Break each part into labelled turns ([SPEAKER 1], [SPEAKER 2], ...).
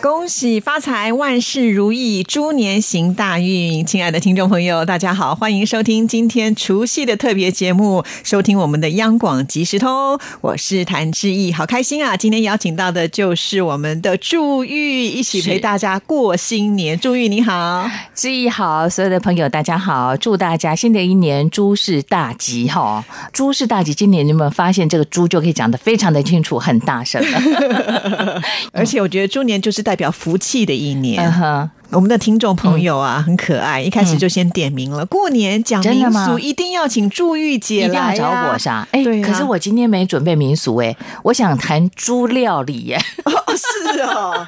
[SPEAKER 1] 恭喜发财，万事如意，猪年行大运！亲爱的听众朋友，大家好，欢迎收听今天除夕的特别节目，收听我们的央广即时通，我是谭志毅，好开心啊！今天邀请到的就是我们的祝玉，一起陪
[SPEAKER 2] 是
[SPEAKER 1] 大家过新年。祝玉你好，
[SPEAKER 2] 志毅好，所有的朋友大家好，祝大家新的一年诸事大吉哈！诸事大吉，今年你有没有发现这个“猪”就可以讲得非常的清楚，很大声 了？
[SPEAKER 1] 而且我觉得猪年就是代表福气的一年。
[SPEAKER 2] 嗯哼，
[SPEAKER 1] 我们的听众朋友啊，很可爱，一开始就先点名了。过年讲
[SPEAKER 2] 真
[SPEAKER 1] 民
[SPEAKER 2] 的吗
[SPEAKER 1] 俗，一定要请祝玉姐
[SPEAKER 2] 一定要
[SPEAKER 1] 来、啊、
[SPEAKER 2] 找我是吧？哎、
[SPEAKER 1] 对啊
[SPEAKER 2] 可是我今天没准备民俗哎、我想谈猪料理耶、
[SPEAKER 1] 哦是哦。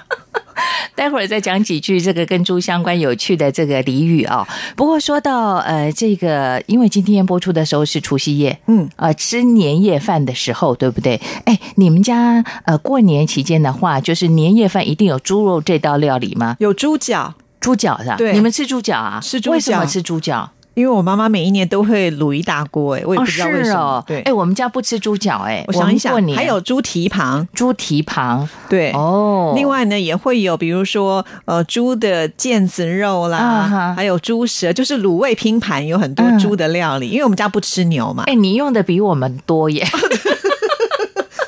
[SPEAKER 2] 待会儿再讲几句这个跟猪相关有趣的这个俚语啊、不过说到呃这个，因为今天播出的时候是除夕夜，
[SPEAKER 1] 嗯，
[SPEAKER 2] 呃吃年夜饭的时候，对不对？哎，你们家呃过年期间的话，就是年夜饭一定有猪肉这道料理吗？
[SPEAKER 1] 有猪脚，
[SPEAKER 2] 猪脚是吧？
[SPEAKER 1] 对
[SPEAKER 2] 你们吃猪脚啊？
[SPEAKER 1] 吃猪脚
[SPEAKER 2] 为什么吃猪脚？
[SPEAKER 1] 因为我妈妈每一年都会卤一大锅，哎，我也不知道为什
[SPEAKER 2] 是
[SPEAKER 1] 么。
[SPEAKER 2] 哦，
[SPEAKER 1] 对，
[SPEAKER 2] 哎，我们家不吃猪脚，哎，
[SPEAKER 1] 我想一想
[SPEAKER 2] 们过，年
[SPEAKER 1] 还有猪蹄膀，
[SPEAKER 2] 猪蹄膀，
[SPEAKER 1] 对。
[SPEAKER 2] 哦，
[SPEAKER 1] 另。外呢，也会有比如说呃猪的腱子肉啦，
[SPEAKER 2] 啊哈
[SPEAKER 1] 还有猪舌，就是卤味拼盘，有很多
[SPEAKER 2] 嗯
[SPEAKER 1] 猪的料理。因为我们家不吃牛嘛，
[SPEAKER 2] 哎，你用的比我们多耶！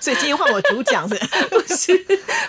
[SPEAKER 1] 所以今天换我主讲 是。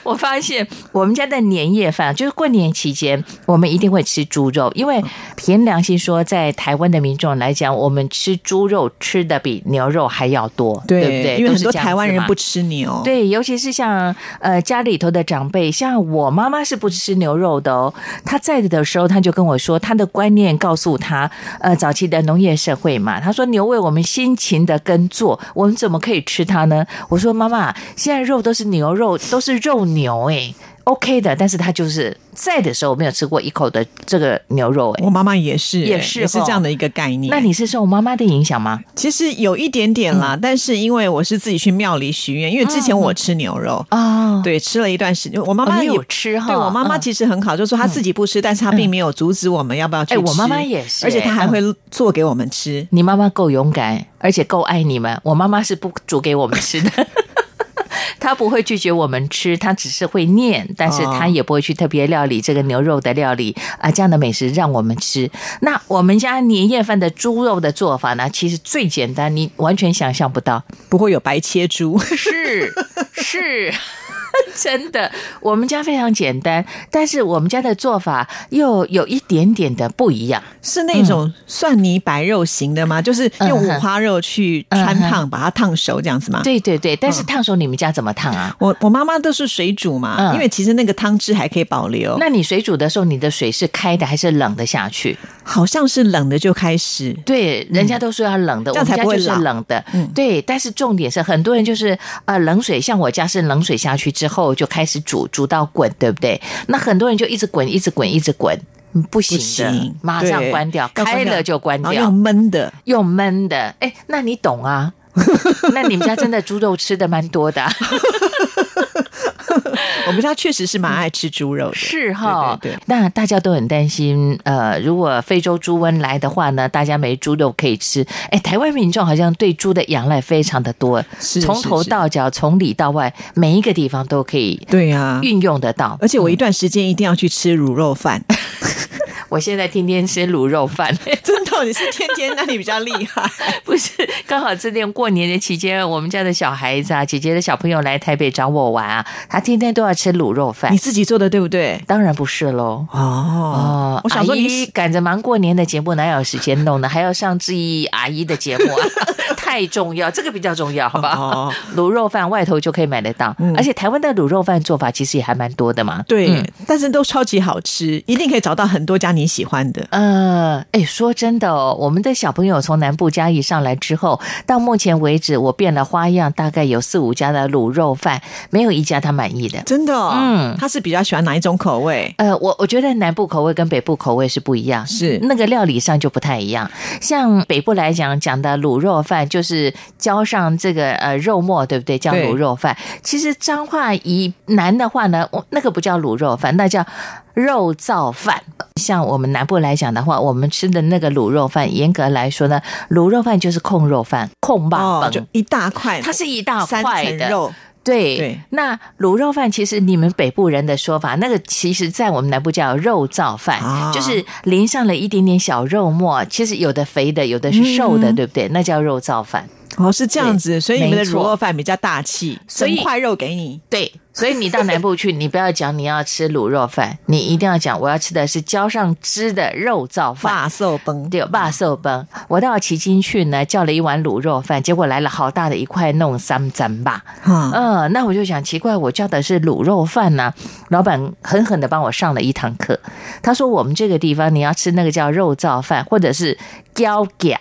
[SPEAKER 2] 我发现我们家的年夜饭，就是过年期间，我们一定会吃猪肉，因
[SPEAKER 1] 嗯
[SPEAKER 2] 为凭良心说，在台湾的民众来讲，我们吃猪肉吃的比牛肉还要多，对不对？
[SPEAKER 1] 因为
[SPEAKER 2] 都
[SPEAKER 1] 很
[SPEAKER 2] 是
[SPEAKER 1] 多
[SPEAKER 2] 这样
[SPEAKER 1] 台湾
[SPEAKER 2] 子
[SPEAKER 1] 人
[SPEAKER 2] 嘛
[SPEAKER 1] 不吃牛。
[SPEAKER 2] 对，尤其是像呃家里头的长辈，像我妈妈是不吃牛肉的哦。她在的时候，她就跟我说，她的观念告诉她，呃，早期的农业社会嘛，她说牛为我们辛勤的耕作，我们怎么可以吃它呢？我说妈妈，现在肉都是牛肉，都是肉牛哎、OK 的，但是她就是在的时候没有吃过一口的这个牛肉哎、
[SPEAKER 1] 我妈妈也是，
[SPEAKER 2] 也
[SPEAKER 1] 哎
[SPEAKER 2] 是
[SPEAKER 1] 也是
[SPEAKER 2] 哦
[SPEAKER 1] 这样的一个概念。
[SPEAKER 2] 那你是嗯受妈妈的影响吗？
[SPEAKER 1] 其实有一点点啦，但是因为我是自己去庙里许愿，因为
[SPEAKER 2] 嗯
[SPEAKER 1] 之前我吃牛肉，
[SPEAKER 2] 哦，
[SPEAKER 1] 对，吃了一段时间，我妈
[SPEAKER 2] 哦
[SPEAKER 1] 妈也
[SPEAKER 2] 你有吃哈
[SPEAKER 1] 对我妈妈
[SPEAKER 2] 嗯
[SPEAKER 1] 其实很好，就说她自己不吃，但是她并没有阻止我们要不要去
[SPEAKER 2] 哎
[SPEAKER 1] 吃。
[SPEAKER 2] 我妈妈也是
[SPEAKER 1] 而且她
[SPEAKER 2] 哎
[SPEAKER 1] 还
[SPEAKER 2] 嗯
[SPEAKER 1] 会做给我们吃。
[SPEAKER 2] 你妈妈够勇敢，而且够爱你们。我妈妈是不煮给我们吃的。 她不会拒绝我们吃，她只是会念，但是她也不会去特别料理这个牛肉的料理啊，这样的美食让我们吃。那我们家年夜饭的猪肉的做法呢，其实最简单，你完全想象不到。
[SPEAKER 1] 不会有白切猪，
[SPEAKER 2] 是是， 真的，我们家非常简单，但是我们家的做法又有一点点的不一样。
[SPEAKER 1] 是那种蒜泥白肉型的吗？就是用
[SPEAKER 2] 嗯
[SPEAKER 1] 五
[SPEAKER 2] 哼
[SPEAKER 1] 花肉去穿烫，把它烫熟这样子吗？
[SPEAKER 2] 对对对，但是烫手你们家怎么烫啊？
[SPEAKER 1] 我我妈妈都是水煮嘛，
[SPEAKER 2] 嗯
[SPEAKER 1] 因为其实那个汤汁还可以保留，
[SPEAKER 2] 那你水煮的时候，你的水是开的还是冷的下去？
[SPEAKER 1] 好像是冷的就开始。
[SPEAKER 2] 对，人家都说要冷的，
[SPEAKER 1] 嗯这样
[SPEAKER 2] 我
[SPEAKER 1] 才
[SPEAKER 2] 们家
[SPEAKER 1] 不会
[SPEAKER 2] 就是
[SPEAKER 1] 老
[SPEAKER 2] 冷的。
[SPEAKER 1] 嗯
[SPEAKER 2] 对，但是重点是很多人就是呃冷水，像我家是冷水下去之后就开始煮，煮到滚，对不对？那很多人就一直滚，一直滚，一直滚，嗯不行
[SPEAKER 1] 不
[SPEAKER 2] 的，
[SPEAKER 1] 行，
[SPEAKER 2] 马
[SPEAKER 1] 对
[SPEAKER 2] 上关掉，
[SPEAKER 1] 要
[SPEAKER 2] 开了就关
[SPEAKER 1] 然后
[SPEAKER 2] 掉
[SPEAKER 1] 用，焖的。
[SPEAKER 2] 用闷的。哎，那你懂 啊？那你们家真的猪肉吃的蛮多的啊、
[SPEAKER 1] 我们家确实是蛮爱吃猪肉的，
[SPEAKER 2] 是哈，
[SPEAKER 1] 对对对
[SPEAKER 2] 那大家都很担心，呃，如果非洲猪瘟来的话呢，大家没猪肉可以吃。哎，台湾民众好像对猪的仰赖非常的多，
[SPEAKER 1] 是
[SPEAKER 2] 从头到脚，从里到外，每一个地方都可以。
[SPEAKER 1] 对呀。
[SPEAKER 2] 运用得到，
[SPEAKER 1] 而且我一段时间一定要去吃卤肉饭，
[SPEAKER 2] 我现在天天吃卤肉饭，
[SPEAKER 1] 真的，你是天天，那你比较厉害。
[SPEAKER 2] 不是刚好这天过年的期间，我们家的小孩子啊，姐姐的小朋友来台北找我玩啊，他天天都要吃卤肉饭
[SPEAKER 1] 你，自己做的对不对？
[SPEAKER 2] 当然不是喽。
[SPEAKER 1] 哦
[SPEAKER 2] 哦，
[SPEAKER 1] 我想说
[SPEAKER 2] 阿
[SPEAKER 1] 你
[SPEAKER 2] 姨
[SPEAKER 1] 是
[SPEAKER 2] 赶着忙过年的节目，哪有时间弄呢？还要上志毅阿姨的节目、啊， 太重要，这个比较重要，好不好
[SPEAKER 1] 哦？嗯
[SPEAKER 2] 卤肉饭外头就可以买得到，而且台湾的卤肉饭做法其实也还蛮多的嘛。
[SPEAKER 1] 对、
[SPEAKER 2] 嗯
[SPEAKER 1] 但是都超级好吃，一定可以找到很多家你喜欢的。
[SPEAKER 2] 呃，哎，说真的哦，我们的小朋友从南部嘉义上来之后，到目前为止，我变了花样，大概有四五家的卤肉饭，没有一家他满意的。
[SPEAKER 1] 真的、哦，
[SPEAKER 2] 嗯
[SPEAKER 1] 他是比较喜欢哪一种口味？
[SPEAKER 2] 呃，我我觉得南部口味跟北部口味是不一样，
[SPEAKER 1] 是
[SPEAKER 2] 那个料理上就不太一样。像北部来讲讲的卤肉饭，就是浇上这个呃肉末，对不对？叫卤肉饭。其实彰化以南的话呢，我那个不叫卤肉饭，那叫肉燥饭。像我们南部来讲的话，我们吃的那个卤肉饭，严格来说呢，卤肉饭就是控肉饭，控霸
[SPEAKER 1] 哦，
[SPEAKER 2] 本，
[SPEAKER 1] 就一大块，
[SPEAKER 2] 它是一大
[SPEAKER 1] 三
[SPEAKER 2] 块
[SPEAKER 1] 层
[SPEAKER 2] 的。
[SPEAKER 1] 肉，
[SPEAKER 2] 对，
[SPEAKER 1] 对
[SPEAKER 2] 那卤肉饭其实你们北部人的说法，那个其实在我们南部叫肉燥饭，
[SPEAKER 1] 啊
[SPEAKER 2] 就是淋上了一点点小肉末，其实有的肥的，有的是瘦的，
[SPEAKER 1] 嗯
[SPEAKER 2] 对不对？那叫肉燥饭。
[SPEAKER 1] 哦，是这样子，所以你们的
[SPEAKER 2] 没错
[SPEAKER 1] 卤肉饭比较大气，
[SPEAKER 2] 所以
[SPEAKER 1] 整块肉给你。
[SPEAKER 2] 对，所以你到南部去，你不要讲你要吃卤肉饭，你一定要讲我要吃的是浇上汁的肉燥饭。
[SPEAKER 1] 发瘦崩，
[SPEAKER 2] 对，霸寿崩。我到旗津去呢，叫了一碗卤肉饭，结果来了好大的一块弄三斩吧。
[SPEAKER 1] 哈，
[SPEAKER 2] 嗯，那我就想奇怪，我叫的是卤肉饭呐、老板狠狠的帮我上了一堂课。他说我们这个地方你要吃那个叫肉燥饭，或者是椒咸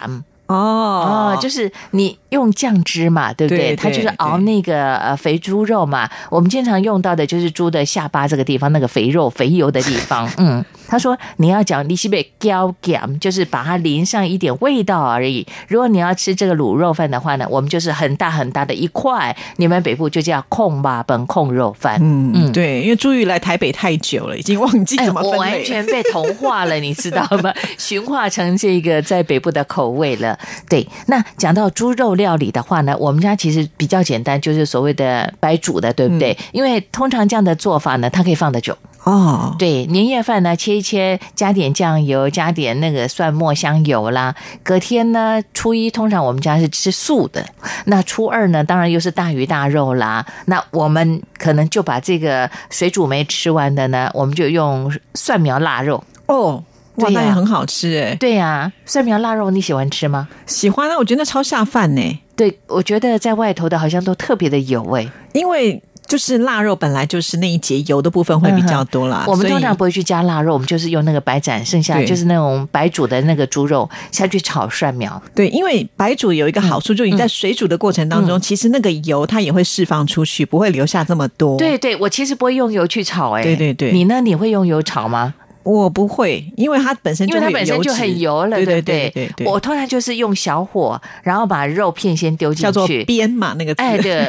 [SPEAKER 1] 哦
[SPEAKER 2] 哦，，就是你用酱汁嘛，对不对？
[SPEAKER 1] 对
[SPEAKER 2] 他就是
[SPEAKER 1] 对
[SPEAKER 2] 熬
[SPEAKER 1] 对
[SPEAKER 2] 那个呃肥猪肉嘛，我们经常用到的就是猪的下巴这个地方，那个肥肉肥油的地方。嗯，他说你要讲你西北椒咸，就是把它淋上一点味道而已。如果你要吃这个卤肉饭的话呢，我们就是很大很大的一块，你们北部就叫控吧本控肉饭。
[SPEAKER 1] 嗯嗯，
[SPEAKER 2] 嗯
[SPEAKER 1] 对，因为朱宇来台北太久了，已经忘记
[SPEAKER 2] 哎，
[SPEAKER 1] 怎么
[SPEAKER 2] 我
[SPEAKER 1] 分
[SPEAKER 2] 完
[SPEAKER 1] 类了。
[SPEAKER 2] 全被同化了，你知道吗？ 驯化成这个在北部的口味了。对，那讲到猪肉料理的话呢，我们家其实比较简单，就是所谓的白煮的，对不
[SPEAKER 1] 嗯
[SPEAKER 2] 对？因为通常这样的做法呢，它可以放得久。
[SPEAKER 1] 哦，
[SPEAKER 2] 对，年夜饭呢，切一切，加点酱油，加点那个蒜末香油啦。隔天呢，初一通常我们家是吃素的，那初二呢，当然又是大鱼大肉啦。那我们可能就把这个水煮没吃完的呢，我们就用蒜苗腊肉。
[SPEAKER 1] 哦，哇，
[SPEAKER 2] 对呀
[SPEAKER 1] 那也很好吃哎，
[SPEAKER 2] 对呀、蒜苗腊肉你喜欢吃吗？
[SPEAKER 1] 喜欢啊，我觉得那超下饭呢，
[SPEAKER 2] 对，我觉得在外头的好像都特别的哎有味。
[SPEAKER 1] 因为就是腊肉本来就是那一节油的部分会比较多啦，
[SPEAKER 2] 嗯我们
[SPEAKER 1] 所以
[SPEAKER 2] 通常不会去加腊肉，我们就是用那个白斩，剩下
[SPEAKER 1] 对
[SPEAKER 2] 就是那种白煮的那个猪肉下去炒蒜苗。
[SPEAKER 1] 对，因为白煮有一个
[SPEAKER 2] 嗯
[SPEAKER 1] 好处，就你在水煮的过程当中，其实那个油它也会释放出去，不会留下这么多。，
[SPEAKER 2] 对对，我其实不会用油去炒、哎，
[SPEAKER 1] 对对对
[SPEAKER 2] 你呢？你会用油炒吗？
[SPEAKER 1] 我不会，因为它本身
[SPEAKER 2] 因
[SPEAKER 1] 就
[SPEAKER 2] 为它
[SPEAKER 1] 会有
[SPEAKER 2] 本身就
[SPEAKER 1] 脂
[SPEAKER 2] 很油了，
[SPEAKER 1] 对
[SPEAKER 2] 对
[SPEAKER 1] 对
[SPEAKER 2] 不
[SPEAKER 1] 对对，
[SPEAKER 2] 我通常就是用小火，然后把肉片先丢进
[SPEAKER 1] 叫做
[SPEAKER 2] 去。
[SPEAKER 1] 煸嘛那个字，
[SPEAKER 2] 哎，对，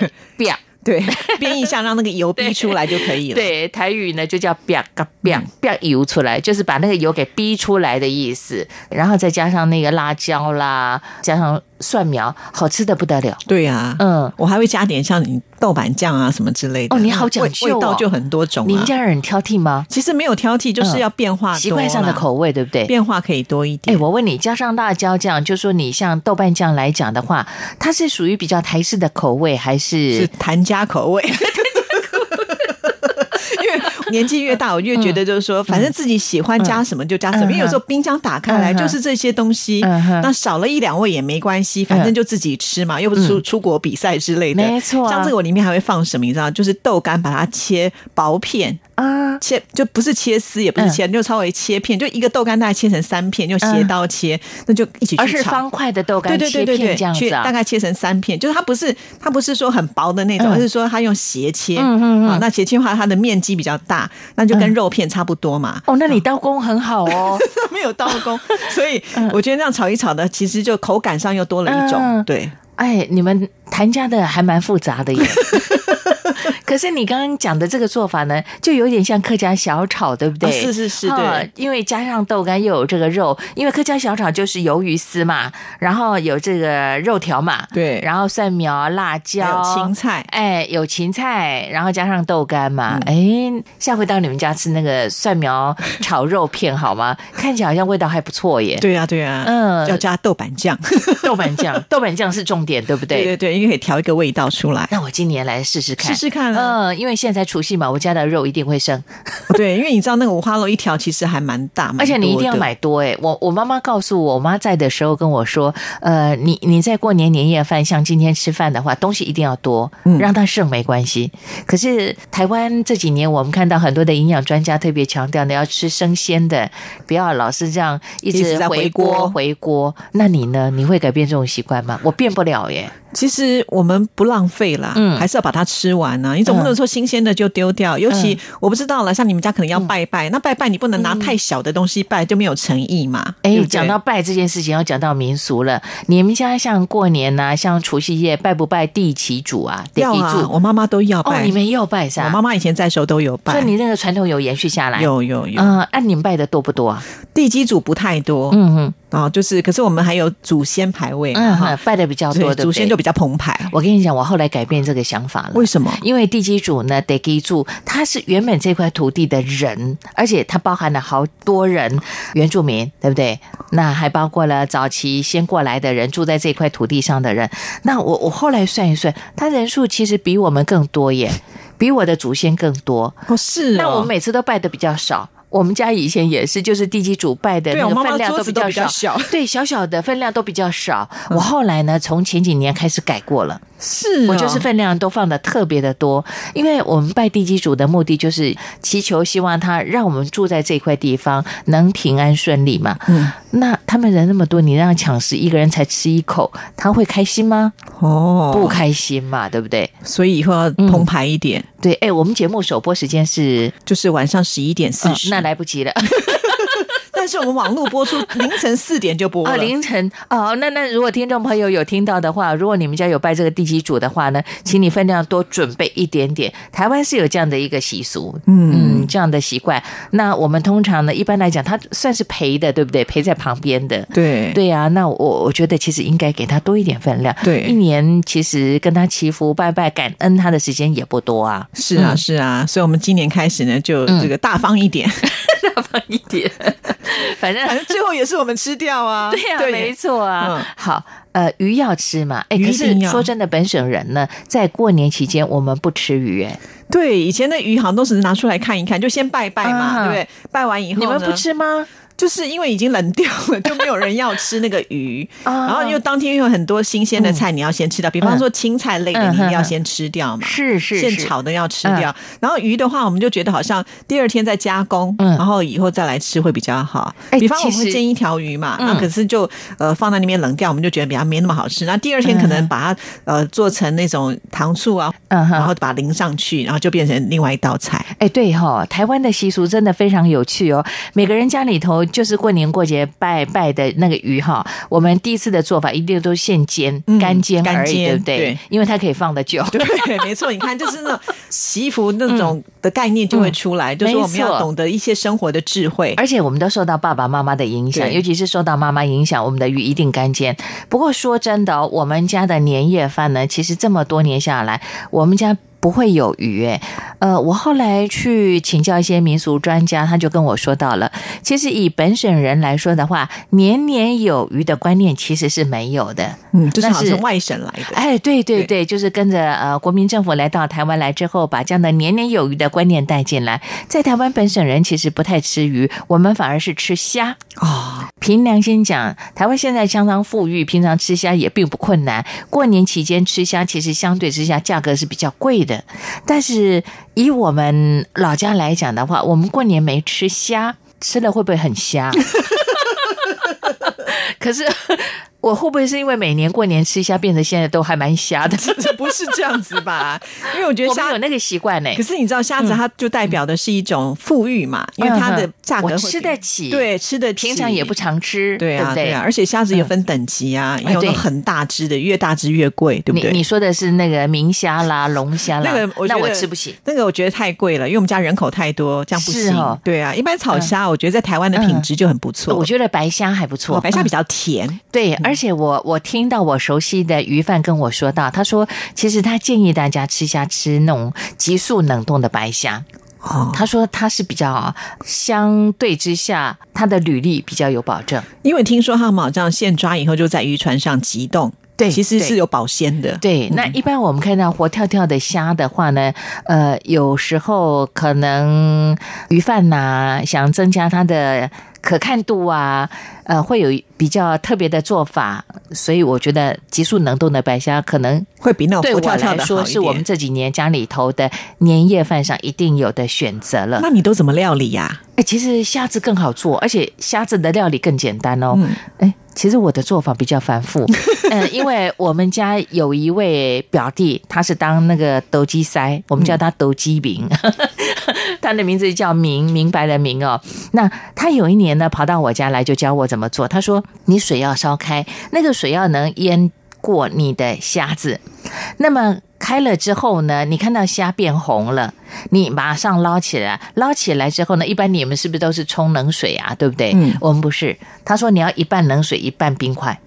[SPEAKER 2] 啪，
[SPEAKER 1] 对，煸一下让那个 油逼出来就可以了。，嗯
[SPEAKER 2] 对，台语呢就叫啪嘎啪啪油出来，就是把那个油给逼出来的意思，然后再加上那个辣椒啦，加上蒜苗，好吃的不得了。
[SPEAKER 1] 对呀、
[SPEAKER 2] 嗯，
[SPEAKER 1] 我还会加点像你豆瓣酱啊什么之类的。
[SPEAKER 2] 哦你好讲究哦
[SPEAKER 1] 味味道就很多种、啊。
[SPEAKER 2] 你们家人很挑剔吗？
[SPEAKER 1] 其实没有挑剔，就是要变化多啦、
[SPEAKER 2] 嗯
[SPEAKER 1] 啊
[SPEAKER 2] 习惯上的口味，对不对？
[SPEAKER 1] 变化可以多一
[SPEAKER 2] 哎、
[SPEAKER 1] 点。
[SPEAKER 2] 我问你，加上辣椒酱，就说你像豆瓣酱来讲的话，它是属于比较台式的口味，还是
[SPEAKER 1] 是谭家口 味。因为年纪越大，我越觉得就是说，反正自己喜欢加什么就加什么。
[SPEAKER 2] 嗯
[SPEAKER 1] 因为有时候冰箱打开来
[SPEAKER 2] 嗯哼
[SPEAKER 1] 就是这些东西，
[SPEAKER 2] 嗯哼
[SPEAKER 1] 那少了一两味也没关系，反正就自己吃嘛，又不是出出国比赛之类的。
[SPEAKER 2] 嗯没错啊
[SPEAKER 1] 像这个我里面还会放什么，你知道，就是豆干，把它切薄片，
[SPEAKER 2] 啊？
[SPEAKER 1] 切就不是切丝，也不
[SPEAKER 2] 嗯
[SPEAKER 1] 是切，就稍微切片，就一个豆干大概切成三片，用斜刀切，那就一起
[SPEAKER 2] 而
[SPEAKER 1] 去
[SPEAKER 2] 是
[SPEAKER 1] 炒。
[SPEAKER 2] 方块的豆
[SPEAKER 1] 对
[SPEAKER 2] 干
[SPEAKER 1] 对
[SPEAKER 2] 切
[SPEAKER 1] 对对
[SPEAKER 2] 片
[SPEAKER 1] 对，
[SPEAKER 2] 这样
[SPEAKER 1] 去
[SPEAKER 2] 子啊
[SPEAKER 1] 大？概切成三片，就是它不是它不是说很薄的那种，
[SPEAKER 2] 嗯
[SPEAKER 1] 而是说它用斜切。
[SPEAKER 2] 嗯嗯嗯
[SPEAKER 1] 啊，那斜切的话，它的面积比较大，那就跟肉片差不多嘛。
[SPEAKER 2] 哦，那你刀工很好哦。
[SPEAKER 1] 没有刀 工，所以我觉得这样炒一炒的，其实就口感上又多了一种。
[SPEAKER 2] 嗯
[SPEAKER 1] 对，
[SPEAKER 2] 哎，你们谭家的还蛮复杂 的耶。可是你刚刚讲的这个做法呢，就有点像客家小炒，对不对？
[SPEAKER 1] 啊是是是
[SPEAKER 2] 啊
[SPEAKER 1] 对
[SPEAKER 2] 因为加上豆干又有这个肉，因为客家小炒就是鱿鱼丝嘛，然后有这个肉条嘛，
[SPEAKER 1] 对
[SPEAKER 2] 然后蒜苗、啊辣
[SPEAKER 1] 还有
[SPEAKER 2] 椒、
[SPEAKER 1] 芹菜，
[SPEAKER 2] 哎，有芹菜，然后加上豆干
[SPEAKER 1] 嗯
[SPEAKER 2] 嘛。哎，下回到你们家吃那个蒜苗炒肉片好吗？ 看起来好像味道还不错耶。
[SPEAKER 1] 对呀、啊对呀、
[SPEAKER 2] 嗯
[SPEAKER 1] 要加豆瓣酱。
[SPEAKER 2] 豆瓣酱，豆瓣酱是重点，对不对？
[SPEAKER 1] 对对对，因为可以调一个味道出来。
[SPEAKER 2] 那我今年来试试看。
[SPEAKER 1] 试试看啊！
[SPEAKER 2] 嗯，因为现在才除夕嘛，我家的肉一定会剩，
[SPEAKER 1] 对，因为你知道那个五花肉一条其实还蛮大，蛮
[SPEAKER 2] 而且你一
[SPEAKER 1] 多
[SPEAKER 2] 定要
[SPEAKER 1] 的。
[SPEAKER 2] 买多诶、我我妈妈告诉我，我妈在的时候跟我说，呃，你你在过年年夜饭，像今天吃饭的话，东西一定要多，
[SPEAKER 1] 嗯
[SPEAKER 2] 让它剩没关系。可是台湾这几年，我们看到很多的营养专家特别强调，你要吃生鲜的，不要老是这样一
[SPEAKER 1] 一直
[SPEAKER 2] 直
[SPEAKER 1] 在回
[SPEAKER 2] 回
[SPEAKER 1] 锅
[SPEAKER 2] 锅回锅。那你呢？你会改变这种习惯吗？我变不了耶。欸
[SPEAKER 1] 其实我们不浪费啦，
[SPEAKER 2] 嗯
[SPEAKER 1] 还是要把它吃完啊呢、你总不能说新鲜的就丢掉，尤其我不知道了，像你们家可能
[SPEAKER 2] 嗯
[SPEAKER 1] 要拜拜，那拜拜你不能拿太小的东西拜，就没有诚意嘛。对
[SPEAKER 2] 哎，
[SPEAKER 1] 不对
[SPEAKER 2] 讲到拜这件事情，要讲到民俗了。你们家像过年呐、像除夕夜拜不拜地旗主啊？地
[SPEAKER 1] 要
[SPEAKER 2] 基
[SPEAKER 1] 啊，
[SPEAKER 2] 主
[SPEAKER 1] 我妈妈都要
[SPEAKER 2] 哦，
[SPEAKER 1] 拜，
[SPEAKER 2] 你们也有拜是
[SPEAKER 1] 我
[SPEAKER 2] 吧？
[SPEAKER 1] 妈妈以前在时候都有
[SPEAKER 2] 所
[SPEAKER 1] 拜
[SPEAKER 2] 以，你那个传统有延续下来。，
[SPEAKER 1] 有有有，
[SPEAKER 2] 嗯，按、你们拜的多不多啊？
[SPEAKER 1] 地基主不太多，
[SPEAKER 2] 嗯哼，
[SPEAKER 1] 哦，就是，可是我们还有祖先牌位嘛，
[SPEAKER 2] 嗯
[SPEAKER 1] 哈、
[SPEAKER 2] 哼，拜的比较
[SPEAKER 1] 所
[SPEAKER 2] 多，
[SPEAKER 1] 以
[SPEAKER 2] 对嗯
[SPEAKER 1] 祖
[SPEAKER 2] 不
[SPEAKER 1] 先
[SPEAKER 2] 对
[SPEAKER 1] 就？嗯比较澎湃。
[SPEAKER 2] 我跟你讲，我后来改变这个想法了。
[SPEAKER 1] 为什么？
[SPEAKER 2] 因为地基主呢，得基主，他是原本这块土地的人，而且它包含了好多人，原住民，对不对？那还包括了早期先过来的人，住在这块土地上的人。那我我后来算一算，他人数其实比我们更多耶，比我的祖先更多。
[SPEAKER 1] 哦，是哦，
[SPEAKER 2] 那我们每次都拜的比较少。我们家以前也是，就是地基主拜的
[SPEAKER 1] 对啊
[SPEAKER 2] 那
[SPEAKER 1] 我
[SPEAKER 2] 个
[SPEAKER 1] 妈
[SPEAKER 2] 分
[SPEAKER 1] 妈
[SPEAKER 2] 量
[SPEAKER 1] 桌
[SPEAKER 2] 都
[SPEAKER 1] 子
[SPEAKER 2] 比
[SPEAKER 1] 都
[SPEAKER 2] 较
[SPEAKER 1] 比较
[SPEAKER 2] 少，
[SPEAKER 1] 小，
[SPEAKER 2] 对，小小的分量都比较少。我后来呢，从前几年开始改过了。
[SPEAKER 1] 是、哦，
[SPEAKER 2] 我就是分量都放的特别的多，因为我们拜地基主的目的就是祈求，希望他让我们住在这块地方能平安顺利嘛。
[SPEAKER 1] 嗯，
[SPEAKER 2] 那他们人那么多，你让他抢食，一个人才吃一口，他会开心吗？
[SPEAKER 1] 哦，
[SPEAKER 2] 不开心嘛，对不对？
[SPEAKER 1] 所以以后要澎湃一点，
[SPEAKER 2] 对，哎，我们节目首播时间是
[SPEAKER 1] 嗯就是晚上十一点四十、
[SPEAKER 2] 嗯那来不及了，
[SPEAKER 1] 但是我们网络播出凌晨四点就播了。
[SPEAKER 2] 哦，凌晨哦，那那如果听众朋友有听到的话，如果你们家有拜这个地基主的话呢，请你分量多准备一点点。台湾是有这样的一个习俗，
[SPEAKER 1] 嗯，
[SPEAKER 2] 嗯，这样的习惯。那我们通常呢，一般来讲，他算是陪的，对不对？陪在旁边的。
[SPEAKER 1] 对
[SPEAKER 2] 对呀、那我我觉得其实应该给他多一点分量。
[SPEAKER 1] 对
[SPEAKER 2] 一年其实跟他祈福、拜拜、感恩他的时间也不多啊，
[SPEAKER 1] 是啊
[SPEAKER 2] 嗯
[SPEAKER 1] 是啊，所以我们今年开始呢，就这个大方一点，
[SPEAKER 2] 大方一点。反正
[SPEAKER 1] 反正最后也是我们吃掉啊。
[SPEAKER 2] 对呀、没错啊。
[SPEAKER 1] 嗯
[SPEAKER 2] 好，呃，鱼要吃嘛？哎，
[SPEAKER 1] 鱼
[SPEAKER 2] 可
[SPEAKER 1] 一
[SPEAKER 2] 是
[SPEAKER 1] 定要
[SPEAKER 2] 说真的，本省人呢，在过年期间我们不吃鱼，哎，
[SPEAKER 1] 对，以前的鱼好像都是拿出来看一看，就先拜拜嘛，对
[SPEAKER 2] 啊
[SPEAKER 1] 不对？拜完以后
[SPEAKER 2] 你们
[SPEAKER 1] 呢
[SPEAKER 2] 不吃吗？
[SPEAKER 1] 就是因为已经冷掉了，就没有人要吃那个鱼。
[SPEAKER 2] 啊
[SPEAKER 1] 然后又当天又有很多新鲜的菜，你要先吃掉，比方说青菜类的，
[SPEAKER 2] 嗯
[SPEAKER 1] 你一定要先吃掉嘛。
[SPEAKER 2] 是是
[SPEAKER 1] 现
[SPEAKER 2] 是，嗯
[SPEAKER 1] 炒的要吃掉，然后鱼的话，我们就觉得好像第二天再加工，
[SPEAKER 2] 嗯
[SPEAKER 1] 然后以后再来吃会比较好。
[SPEAKER 2] 哎
[SPEAKER 1] 比方我们
[SPEAKER 2] 其实
[SPEAKER 1] 会煎一条鱼嘛，
[SPEAKER 2] 嗯
[SPEAKER 1] 那可是就呃放在那边冷掉，我们就觉得比较没那么好吃。那第二天可能把它呃做成那种糖醋啊，
[SPEAKER 2] 嗯哼
[SPEAKER 1] 然后把它淋上去，然后就变成另外一道菜。
[SPEAKER 2] 哎，对哈、台湾的习俗真的非常有趣哦。每个人家里头就是过年过节拜拜的那个鱼哈、我们第一次的做法一定都是现煎、
[SPEAKER 1] 嗯
[SPEAKER 2] 干煎
[SPEAKER 1] 干
[SPEAKER 2] 而已，
[SPEAKER 1] 煎
[SPEAKER 2] 对不对？
[SPEAKER 1] 对
[SPEAKER 2] 因为它可以放的久。
[SPEAKER 1] 对，没错，你看，就是那种祈福那种的概念就会出来，就是我们
[SPEAKER 2] 嗯没
[SPEAKER 1] 要
[SPEAKER 2] 错
[SPEAKER 1] 懂得一些生活的智慧。
[SPEAKER 2] 而且我们都受到爸爸妈妈的影响，
[SPEAKER 1] 对
[SPEAKER 2] 尤其是受到妈妈影响，我们的鱼一定干煎。不过说真的哦、我们家的年夜饭呢，其实这么多年下来，我们家。不会有鱼诶，呃，我后来去请教一些民俗专家，他就跟我说到了，其实以本省人来说的话，年年有余的观念其实是没有的。
[SPEAKER 1] 嗯，就是
[SPEAKER 2] 那
[SPEAKER 1] 好像
[SPEAKER 2] 是
[SPEAKER 1] 是外省来的。
[SPEAKER 2] 哎，对对
[SPEAKER 1] 对
[SPEAKER 2] 对，就是跟着呃国民政府来到台湾来之后，把这样的年年有余的观念带进来。在台湾本省人其实不太吃鱼，我们反而是吃虾。
[SPEAKER 1] 啊、
[SPEAKER 2] 凭良心讲，台湾现在相当富裕，平常吃虾也并不困难。过年期间吃虾，其实相对之下价格是比较贵的。但是以我们老家来讲的话，我们过年没吃虾，吃了会不会很虾？ 可是我会不会是因为每年过年吃虾，变得现在都还蛮虾的？
[SPEAKER 1] 这不是这样子吧？因为我觉得
[SPEAKER 2] 我们
[SPEAKER 1] 虾
[SPEAKER 2] 有，那个习惯欸呢、
[SPEAKER 1] 可是你知道虾
[SPEAKER 2] 嗯
[SPEAKER 1] 子它就代表的是一种富裕嘛，因为它的价格
[SPEAKER 2] 我
[SPEAKER 1] 会
[SPEAKER 2] 吃
[SPEAKER 1] 比
[SPEAKER 2] 得起，，
[SPEAKER 1] 对吃的
[SPEAKER 2] 平常也不常吃，
[SPEAKER 1] 对啊
[SPEAKER 2] 不嗯哎
[SPEAKER 1] 对啊，而且虾子也分等级啊，也有那种很大只的，越大只越贵，对不对？
[SPEAKER 2] 你你说的是那个明虾啦、龙虾啦，
[SPEAKER 1] 那个我觉
[SPEAKER 2] 那
[SPEAKER 1] 得
[SPEAKER 2] 我吃不起。
[SPEAKER 1] 那个我觉得太贵了，因为我们家人口太多，这样不
[SPEAKER 2] 是
[SPEAKER 1] 行。
[SPEAKER 2] 哦嗯
[SPEAKER 1] 对啊，一般炒虾，我觉得在台湾的品质就很不错。
[SPEAKER 2] 我觉得白虾还不错，
[SPEAKER 1] 哦白虾比嗯
[SPEAKER 2] 嗯
[SPEAKER 1] 较甜，
[SPEAKER 2] 对，而且我我听到我熟悉的鱼贩跟我说到，他说其实他建议大家吃虾吃那种急速冷冻的白虾，
[SPEAKER 1] 哦，
[SPEAKER 2] 他说它是比较相对之下，它的履历比较有保证。
[SPEAKER 1] 因为听说他们好像现抓以后就在渔船上急冻，
[SPEAKER 2] 对
[SPEAKER 1] 其实
[SPEAKER 2] 对
[SPEAKER 1] 是有保鲜的，
[SPEAKER 2] 对，那一般我们看到活跳跳的虾的话呢，呃，有时候可能鱼贩呐、想增加它的可看度啊，呃，会有比较特别的做法，所以我觉得急速冷冻的白虾可能
[SPEAKER 1] 会比那种
[SPEAKER 2] 对
[SPEAKER 1] 哦活
[SPEAKER 2] 我
[SPEAKER 1] 跳跳
[SPEAKER 2] 来
[SPEAKER 1] 的
[SPEAKER 2] 说
[SPEAKER 1] 好一
[SPEAKER 2] 是我们
[SPEAKER 1] 点。
[SPEAKER 2] 这几年家里头的年夜饭上一定有的选择了。
[SPEAKER 1] 那你都怎么料理呀、啊
[SPEAKER 2] 哎，其实虾子更好做，而且虾子的料理更简单哦。哎，其实我的做法比较繁复，嗯，因为我们家有一位表弟，他是当那个斗鸡塞，我们叫他斗鸡饼， 他的名字叫明，明白的明哦。那他有一年呢，跑到我家来就教我怎么做。他说：“你水要烧开，那个水要能淹过你的虾子。那么开了之后呢，你看到虾变红了，你马上捞起来。捞起来之后呢，一般你们是不是都是冲冷水啊？对不对？
[SPEAKER 1] 嗯
[SPEAKER 2] 我们不是。他说你要一半冷水，一半冰块。”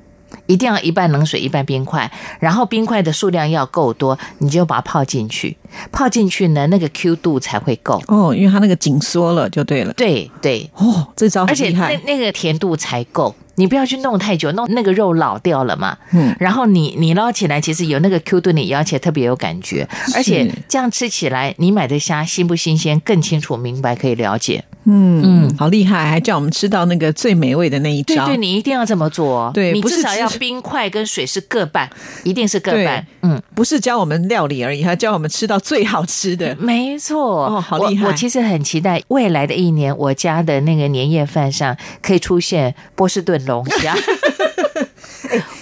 [SPEAKER 2] 一定要一半冷水，一半冰块，然后冰块的数量要够多，你就把它泡进去。泡进去呢，那个 Q 度才会够。
[SPEAKER 1] 哦，因为它那个紧缩了就对了。
[SPEAKER 2] 对对，
[SPEAKER 1] 哦，这招
[SPEAKER 2] 而
[SPEAKER 1] 很
[SPEAKER 2] 且
[SPEAKER 1] 厉
[SPEAKER 2] 那
[SPEAKER 1] 害。
[SPEAKER 2] 那个甜度才够，你不要去弄太久，弄那个肉老掉了嘛。
[SPEAKER 1] 嗯，
[SPEAKER 2] 然后你你捞起来，其实有那个 Q 度，你捞起来特别有感觉，而且这样吃起来，你买的虾新不新鲜更清楚明白，可以了解。
[SPEAKER 1] 嗯嗯，好厉害，还叫我们吃到那个最美味的那一
[SPEAKER 2] 对
[SPEAKER 1] 招。
[SPEAKER 2] 对，你一定要这么做哦。
[SPEAKER 1] 对
[SPEAKER 2] 你
[SPEAKER 1] 不是
[SPEAKER 2] 至少
[SPEAKER 1] 吃
[SPEAKER 2] 要冰块跟水是各半，一定是各
[SPEAKER 1] 对
[SPEAKER 2] 半。嗯，
[SPEAKER 1] 不是教我们料理而已，还教我们吃到最好吃的。
[SPEAKER 2] 没错。
[SPEAKER 1] 哦好厉害
[SPEAKER 2] 我我其实很期待未来的一年，我家的那个年夜饭上可以出现波士顿龙 虾。哎我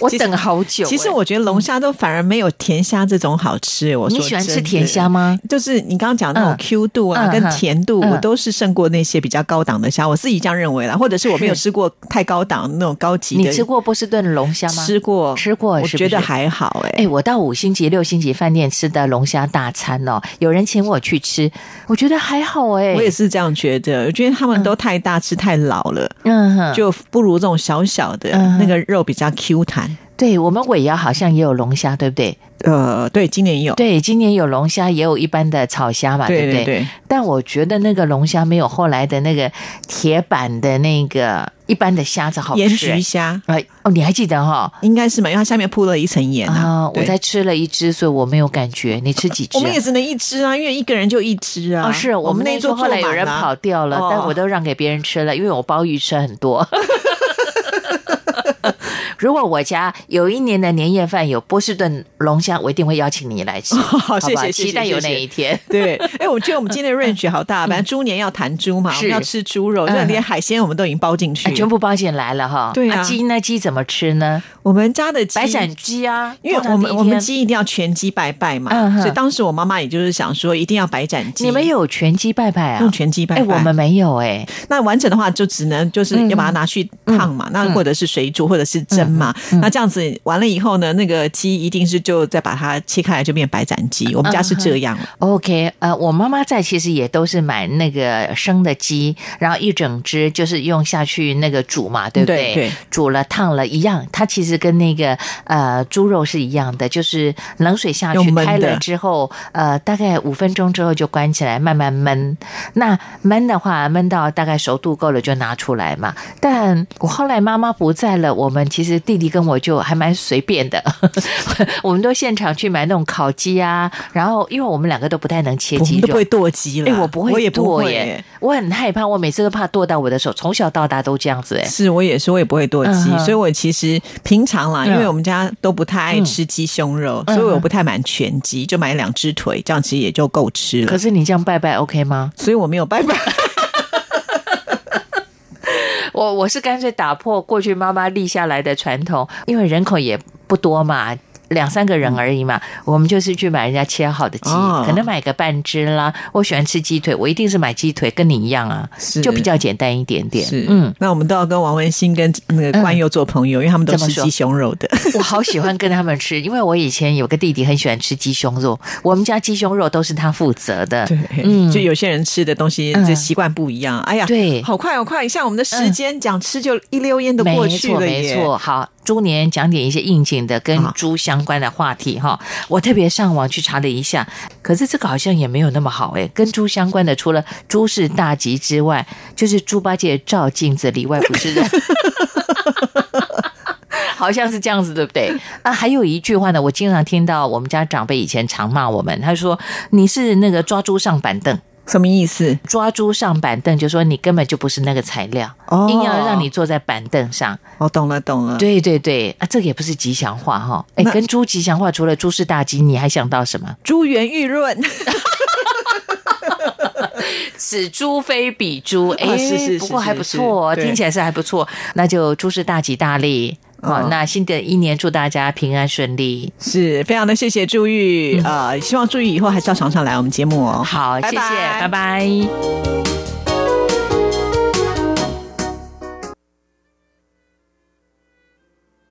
[SPEAKER 1] 其实
[SPEAKER 2] 等好久、
[SPEAKER 1] 其实
[SPEAKER 2] 哎
[SPEAKER 1] 我觉得龙虾都反而没有甜虾这种好吃。我说
[SPEAKER 2] 你喜欢
[SPEAKER 1] 真的
[SPEAKER 2] 吃甜虾？吗？
[SPEAKER 1] 就是你刚刚讲的那种
[SPEAKER 2] 嗯
[SPEAKER 1] Q 度啊，
[SPEAKER 2] 嗯
[SPEAKER 1] 跟
[SPEAKER 2] 嗯
[SPEAKER 1] 甜度，
[SPEAKER 2] 嗯
[SPEAKER 1] 我都是胜过那些比较高档的虾，我自己这样认为啦。或者是我没有
[SPEAKER 2] 是
[SPEAKER 1] 吃过太高档那种高级的，呃
[SPEAKER 2] 你吃过波士顿龙虾吗？
[SPEAKER 1] 吃过
[SPEAKER 2] 吃过
[SPEAKER 1] 我
[SPEAKER 2] 是不
[SPEAKER 1] 觉得
[SPEAKER 2] 是
[SPEAKER 1] 还好哎、
[SPEAKER 2] 哎、我到五星级、六星级饭店吃的龙虾大餐哦，有人请我去吃，我觉得还好哎、
[SPEAKER 1] 我也是这样觉得，我觉得他们都太大吃太老了，
[SPEAKER 2] 嗯哼，
[SPEAKER 1] 就不如这种小小的、
[SPEAKER 2] 嗯
[SPEAKER 1] 那个肉比较 Q 弹。
[SPEAKER 2] 对我们尾牙好像也有龙虾，对不对？
[SPEAKER 1] 呃，对，今年有，
[SPEAKER 2] 对，今年有龙虾，也有一般的炒虾嘛，
[SPEAKER 1] 对
[SPEAKER 2] 不
[SPEAKER 1] 对对
[SPEAKER 2] 但我觉得那个龙虾没有后来的那个铁板的那个一般的虾子好吃。
[SPEAKER 1] 盐焗虾
[SPEAKER 2] 哎哦，你还记得哈、
[SPEAKER 1] 应该是嘛，因为它下面铺了一层盐啊。
[SPEAKER 2] 我
[SPEAKER 1] 对
[SPEAKER 2] 才吃了一只，所以我没有感觉。你吃几只、啊？
[SPEAKER 1] 我们也只能一只啊，因为一个人就一只啊。
[SPEAKER 2] 哦，是我们那一
[SPEAKER 1] 一桌
[SPEAKER 2] 桌后
[SPEAKER 1] 坐
[SPEAKER 2] 来有
[SPEAKER 1] 满
[SPEAKER 2] 人
[SPEAKER 1] 了
[SPEAKER 2] 跑掉了，
[SPEAKER 1] 哦
[SPEAKER 2] 但我都让给别人吃了，因为我鲍鱼吃很多。 如果我家有一年的年夜饭有波士顿龙虾，我一定会邀请你 来吃，好
[SPEAKER 1] 谢
[SPEAKER 2] 吧？
[SPEAKER 1] 谢谢谢
[SPEAKER 2] 期待有那
[SPEAKER 1] 谢谢
[SPEAKER 2] 一天。
[SPEAKER 1] 对，哎，我觉得我们今天的 range 好 大，反正猪年要谈猪嘛，我
[SPEAKER 2] 嗯是
[SPEAKER 1] 们要吃猪肉，这
[SPEAKER 2] 嗯
[SPEAKER 1] 连海鲜我们都已经包进去
[SPEAKER 2] 啊。全部包进来了哈，
[SPEAKER 1] 对啊
[SPEAKER 2] 鸡呢？鸡怎么吃呢？
[SPEAKER 1] 我们家的鸡
[SPEAKER 2] 白斩鸡啊，
[SPEAKER 1] 因为我
[SPEAKER 2] 通常第
[SPEAKER 1] 们
[SPEAKER 2] 一
[SPEAKER 1] 我们
[SPEAKER 2] 天
[SPEAKER 1] 鸡一定要全鸡拜拜嘛，
[SPEAKER 2] 嗯哼
[SPEAKER 1] 所以当时我妈妈也就是想说一定要白斩鸡。
[SPEAKER 2] 你们有全鸡拜拜啊？
[SPEAKER 1] 用全鸡拜拜
[SPEAKER 2] 哎，我们没有哎，
[SPEAKER 1] 那完整的话就只能就是
[SPEAKER 2] 嗯
[SPEAKER 1] 要把它拿去烫嘛，那或者是水煮或者是蒸嘛。
[SPEAKER 2] 嗯
[SPEAKER 1] 那这样子完了以后呢，那个鸡一定是就再把它切开来就变白斩鸡。我们家是这样，
[SPEAKER 2] OK，呃，我妈妈在其实也都是买那个生的鸡，然后一整只就是用下去那个煮嘛，对不
[SPEAKER 1] 对
[SPEAKER 2] 对？
[SPEAKER 1] 对
[SPEAKER 2] 煮了烫了一样，它其实跟那个呃猪肉是一样的，就是冷水下去
[SPEAKER 1] 用焖的
[SPEAKER 2] 开了之后，呃，大概五分钟之后就关起来，慢慢焖。那焖的话，焖到大概熟度够了就拿出来嘛。但我后来妈妈不在了，我们其实弟弟跟我就还蛮随便的， 我们都现场去买那种烤鸡啊，然后因为我们两个都不太能切
[SPEAKER 1] 我
[SPEAKER 2] 鸡
[SPEAKER 1] 们都不
[SPEAKER 2] 肉
[SPEAKER 1] 会。剁鸡了。
[SPEAKER 2] 哎，我不会
[SPEAKER 1] 我也不
[SPEAKER 2] 剁
[SPEAKER 1] 会
[SPEAKER 2] 耶
[SPEAKER 1] 耶。，
[SPEAKER 2] 我很害怕，我每次都怕剁到我的手，从小到大都这样子哎。
[SPEAKER 1] 是我也是，我也不会剁鸡，
[SPEAKER 2] 嗯哼
[SPEAKER 1] 所以我其实平常啦，
[SPEAKER 2] 嗯
[SPEAKER 1] 因为我们家都不太爱吃鸡胸肉，
[SPEAKER 2] 嗯
[SPEAKER 1] 所以我不太买全鸡，就买两只腿，这样其实也就够吃
[SPEAKER 2] 可
[SPEAKER 1] 了。
[SPEAKER 2] 是你这样拜拜 OK 吗？
[SPEAKER 1] 所以我没有办法。
[SPEAKER 2] 我我是干脆打破过去妈妈立下来的传统，因为人口也不多嘛。两三个人而已嘛，我们就是去买人家切好的鸡，
[SPEAKER 1] 哦
[SPEAKER 2] 可能买个半只啦。我喜欢吃鸡腿，我一定是买鸡腿，跟你一样啊，
[SPEAKER 1] 是
[SPEAKER 2] 就比较简单一点点。
[SPEAKER 1] 是，
[SPEAKER 2] 嗯
[SPEAKER 1] 嗯，，那我们都要跟王文新跟那个关佑做朋友，因为他们都
[SPEAKER 2] 怎么
[SPEAKER 1] 吃
[SPEAKER 2] 说
[SPEAKER 1] 鸡胸肉的。
[SPEAKER 2] 我好喜欢跟他们吃，因为我以前有个弟弟很喜欢吃鸡胸肉，我们家鸡胸肉都是他负责的。
[SPEAKER 1] 对，
[SPEAKER 2] 嗯
[SPEAKER 1] 就有些人吃的东西
[SPEAKER 2] 嗯
[SPEAKER 1] 就习惯不一样。哎呀，
[SPEAKER 2] 对
[SPEAKER 1] 好快好快，像我们的时间讲吃就一溜烟的过去了
[SPEAKER 2] 嗯没
[SPEAKER 1] 耶
[SPEAKER 2] 错，没错。好，猪年讲点一些应景的跟
[SPEAKER 1] 好
[SPEAKER 2] 猪相关的话题哈。我特别上网去查了一下，可是这个好像也没有那么好诶。跟猪相关的，除了猪是大吉之外，就是猪八戒照镜子里外不是人。 好像是这样子，对不对？啊，还有一句话呢，我经常听到我们家长辈以前常骂我们，他说：“你是那个抓猪上板凳。”
[SPEAKER 1] 什么意思？
[SPEAKER 2] 抓猪上板凳，就说你根本就不是那个材料，
[SPEAKER 1] 哦
[SPEAKER 2] 硬要让你坐在板凳上。
[SPEAKER 1] 我哦懂了，懂了。
[SPEAKER 2] 对对对，啊，这个也不是吉祥话哈、哎，
[SPEAKER 1] 那
[SPEAKER 2] 跟猪吉祥话除了猪是大吉，你还想到什么？
[SPEAKER 1] 珠圆玉润，
[SPEAKER 2] 此猪非彼猪，哎、
[SPEAKER 1] 是是是
[SPEAKER 2] 不过还不错哦，
[SPEAKER 1] 是是是
[SPEAKER 2] 听起来是还不错。那就诸事大吉大利。好、
[SPEAKER 1] 嗯
[SPEAKER 2] 哦那新的一年祝大家平安顺利。
[SPEAKER 1] 是非常的谢谢朱
[SPEAKER 2] 嗯
[SPEAKER 1] 玉，呃，希望朱玉以后还是要常常来我们节目哦。
[SPEAKER 2] 好，
[SPEAKER 1] 拜
[SPEAKER 2] 谢谢，
[SPEAKER 1] 拜
[SPEAKER 2] 拜拜